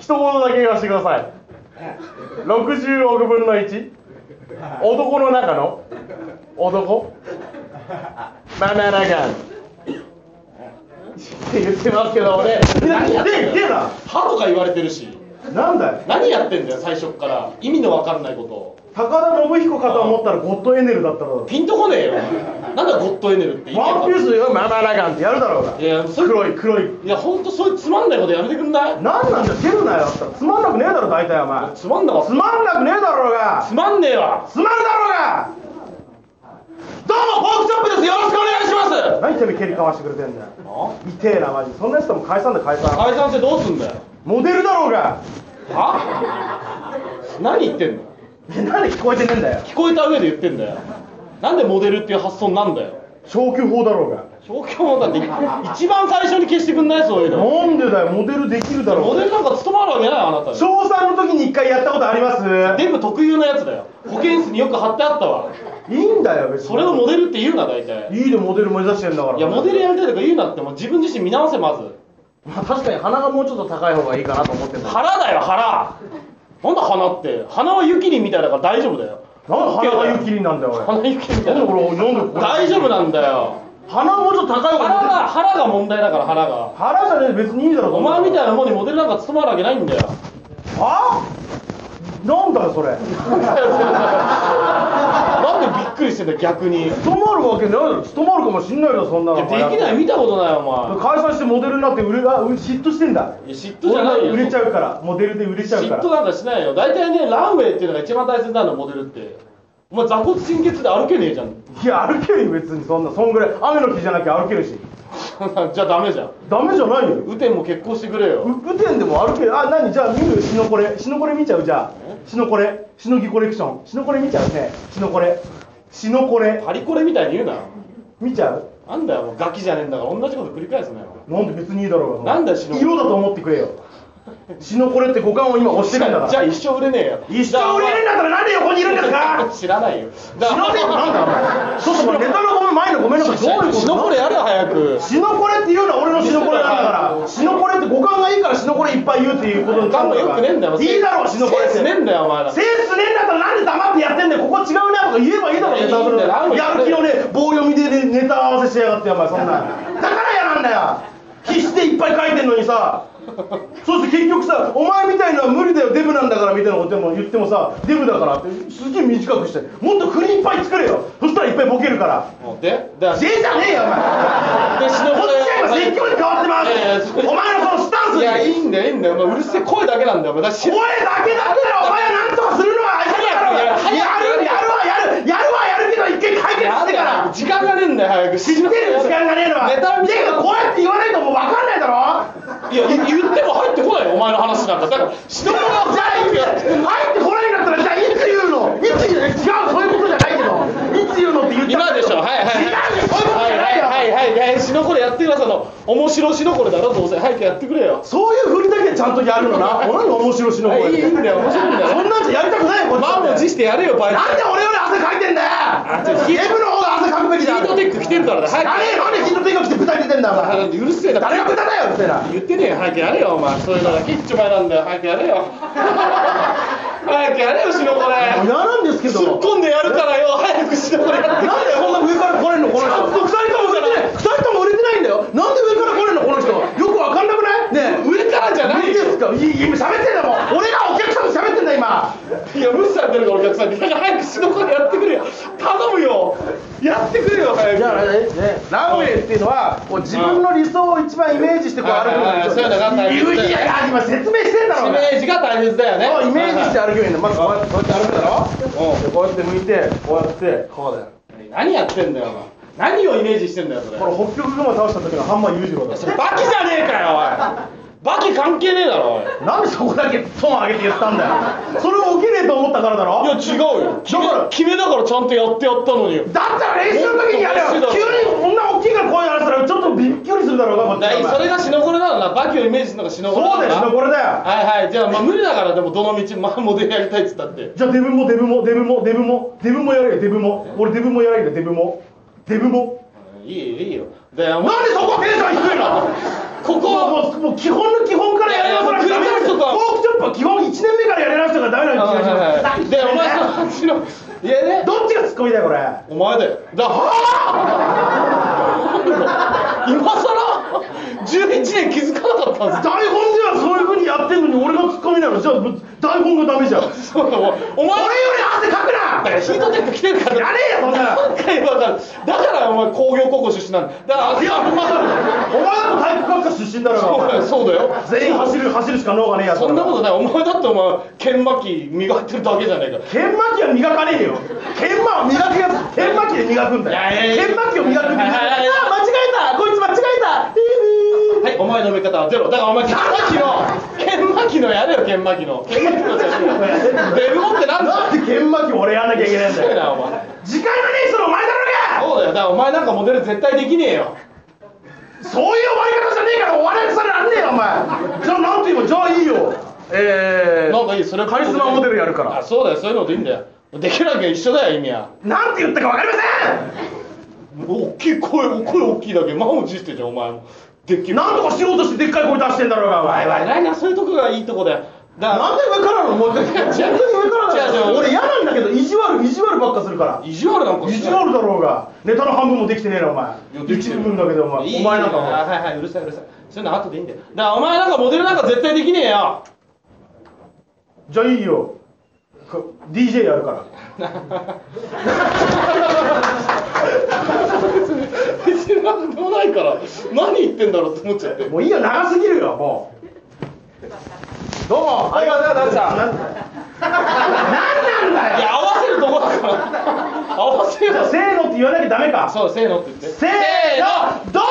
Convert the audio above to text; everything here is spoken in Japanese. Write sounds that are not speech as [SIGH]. してください60億分の1男の中の男マナナガンって言ってますけど俺何やってんのででなハロが言われてるしなんだよ何やってんだよ最初っから意味のわかんないことを高田信彦かと思ったらゴッドエネルだったろピンとこねえよなんだゴッドエネルって言ワンピースよママラガンってやるだろうがいやそれ黒い黒いいやほんとそういうつまんないことやめてくんないなんなんだよ蹴るなよつまんなくねえだろ大体お前つまんなかっつまんなくねえだろうたがつまんねえわつまるだろうがどうもフォークチョップですよろしくお願いします何てめえ蹴りかわしてくれてんだよあ痛えなマジそんなやつとも解散だ解散解散してどうすんだよモデルだろうがは何言ってんのえなんで聞こえてねえんだよ聞こえた上で言ってんだよなんでモデルっていう発想なんだよ消去法だろうが消去法だって一番最初に消してくんないそういうなのんでだよモデルできるだろモうデルなんか務まるわけないあなたに小3の時に一回やったことあります全部特有のやつだよ保健室によく貼ってあったわいいんだよ別にそれをモデルって言うな大体いいでモデル目指してんだからいやモデルやりたいとか言うなってもう自分自身見直せまずまあ確かに鼻がもうちょっと高い方がいいかなと思ってんだ腹だよ腹なんだ鼻って鼻はユキリンみたいだから大丈夫だよなんで鼻が湯切りなんだよ俺鼻ユキリンみたいなんだで俺なんでこれ大丈夫なんだよ鼻もうちょっと高い方腹がが腹が問題だから腹が腹じゃねえ別にいいだろお前みいたいなもんにモデルなんか務まるわけないんだよはなんだよそれなんでびっくりしてんだよ逆にいや務まるわけないだろ務まるかもしんないだろそんなのできない見たことないよお解散してモデルになって売れあ嫉妬してんだ前いや嫉妬じ俺ゃがないよ売れちゃうからモデルで売れちゃう嫉から妬なんかしないよ大体ねランウェイっていうのが一番大切なんだモデルってお前座骨神経痛で歩けねえじゃん [LAUGHS] いや歩けるよ別にそんなそんぐらい雨の日じゃなきゃ歩けるしじゃあダメじゃんダメじゃないよ雨天も結婚してくれよう雨天でも歩けるあ何じゃあ見るしのこれしのこれ見ちゃうじゃあしのこれしのぎコレクションしのこれ見ちゃうねしのこれしのこれパリコレみたいに言うな見ちゃうなんだよもうガキじゃねえんだから同じこと繰り返すなよなんで別にいいだろうがなんだよしのこれ色だと思ってくれよしのこれって五感を今押してるんだからじゃあ一生売れねえよ一生売れるんだからなんで横にいるんですか知らないよだしからのびなんだお前ちょっとこれネタのごめん前のごめんなさいどういうことしのこれやれよ早くしのこれっていうのは俺のしのこれなんだからしのこれって五感がいいからしのこれいっぱい言うっていうことにガンもよくねえんだよいいだろうしのこれってセンスねえんだよお前らセンスねえんだったらなんで黙ってやってんだよここ違うなとか言えばいいだろいやネタいいんだよラーメンやる気のね棒読みでね、ネタ合わせしやがってお前そんなだからやなんだよ必死でいっぱい書いてんのにさそして結局さお前みたいのは無理だよデブなんだからみたいなことでも言ってもさデブだからってすげえ短くしてもっと振りいっぱい作れよそしたらいっぱいボケるからでで「J じゃねえよお前でしのこっちが今説教に変わってまいやいやすそれお前のそのスタンスいにやいいんだよいいんだよお前うるせえ声だけなんだよお前だし声だけだけだろお前は何とかするのはあいつだろ早くやるやるはやるやるはやるけど一回解決してから知時間がねえんだよ早く知ってる時間がねえのはネタ見だせけどこうやって言わないともう分かんないだろいや言言っても入ってこないよお前の話なんかだからしのこれはじゃあいつ入ってこないんだったらじゃあいつ言うのいつ言うの違うそういうことじゃないけどいつ言うのって言った今でしょはいはい違うよそういうことはじゃないいよはいはいはいしのこれやってくださいの面白しのこれだろどうせ早くやってくれよそういうふりだけちゃんとやるのな俺の面白しのい声いいいんだよ面白いんだそよんなんじゃやりたくないよこっちだって満を持してやれよバイなんでト俺より汗かいてんだよゲームの方が汗かくべきヒだートテック着てるからだ早くあれなんでヒートテック着て舞台出てんだよお前あうるせえな誰が豚だよみたいな言ってねえよ早くやれよお前そういうのだけ一丁前なんだよ早くやれよ早くやれよしのこれ嫌なんですけど突っ込んでやるからよ早くしのこれやっなてんでそんな上から来れんのこの人二人とも売れてない二人とも売れてないんだよなんで上から来れんのこの人よくわかんなくないねえ上からじゃない何よですかいい今喋ってんだもん俺がお客さんと喋ってんだ今いや無視されてるからお客さんにだから早くしのこれやってくれよ頼むよやってくれよ早くじゃあね、ランウェイっていうのは、こう自分の理想を一番イメージしてこう歩くはいはいはいそういうのが大切いやいや、今説明してんだろイうが。メージが大切だよねそうイメージして歩けばいいんだまずこうやってこうやって歩くだろでこうやって向いてこうやってこうだよ何やってんだよお前何をイメージしてんだよそれこれ北極熊倒した時のハンマー裕次郎だそれバキじゃねえかよおいバキ関係ねえだろおいなんでそこだけトーン上げて言ったんだよそれを受けねえと思ったからだろいや違うよ決めだから決めだからちゃんとやってやったのによだったら練習の時にやれよもっと急にこんな大きいからこういうのやらせたらちょっとびっくりするだろうがこっちがお前それがしのこれなのなバキをイメージするのがしのこれそうだなよのこれだよはいはいじゃあまあ無理だからでもどの道まあモデルやりたいっつったってじゃあデブもデブもデブもデブもデブもやれよデブも俺デブもやれよデブもデブもいいよいいよでお前なんでそこテンション低いのここもうもうもう基本の基本からやり直さなきゃダメなんですいやいやもう繰り返すとこはフォークチョップは基本1年目からやり直したからダメな気がしますはいはいでお前の何話のいやねどっちがツッコミだよこれあお前だよだはあ今更11年気づかなかったんです台本ではそういうふうにやってんのに俺がツッコミなのじゃあ台本がダメじゃん俺よそうだお前おり前汗かくなだからヒートテック着てるかやられよそんなの何回わかるだからお前工業高校出身なんだだからいやお前も体育学科出身だそうだよろそうだよ全員走る走るしか脳がねえやつだそろんなことないお前だってお前研磨機磨いてるだけじゃねえか研磨機は磨かねえよ研磨は磨くやつ研磨機で磨くんだいやいやいよや研磨機を磨くんだよいやいやいやあ間違えたこいつ間違えたはい、お前の見方はゼロ。だからお前、研磨機の、研磨機のやれよ、研磨機の。研磨機のじゃねえよデブオってなん [LAUGHS] なだんで研磨機俺やんなきゃいけないんすごいだよな、お前。時間がねえ人のお前だろうそうだよ、だからお前なんかモデル絶対できねえよ。がそういう終わり方じゃねえからお笑い腐れなんねえよお前じゃあなんて言えばじゃあいいよえなんかいい、それカリスマモデルやるからあ、そうだよ、そういうのでいいんだよ。できるわけ一緒だよ、意味は。なんて言ったかわかりま大きい声、声大きいだけ、満を持してんじゃん、お前も。できせる。んなんとかしようとしてでっかい声出してんだろうがお前お前は偉いな、そういうとこがいいとこだよ。だから、なんで上からなのもう一回本当に上からな違う違うの俺嫌なんだけど意地悪意地悪ばっかするから意地悪なんか意地悪だろうがネタの半分もできてねえなお前いやできて一る部分だけでお前いいお前なんかあもはいはいうるさいうるさいそういうの後でいいんだよだからお前なんかモデルなんか絶対できねえよじゃあいいよか DJ やるから別になんでもないから何言ってんだろうって思っちゃってもういいよ長すぎるよもうどうもありがとうございました何なんいだよや合わせるとこだから合わせようせーのって言わなきゃダメかそうせーのって言ってせーのどうも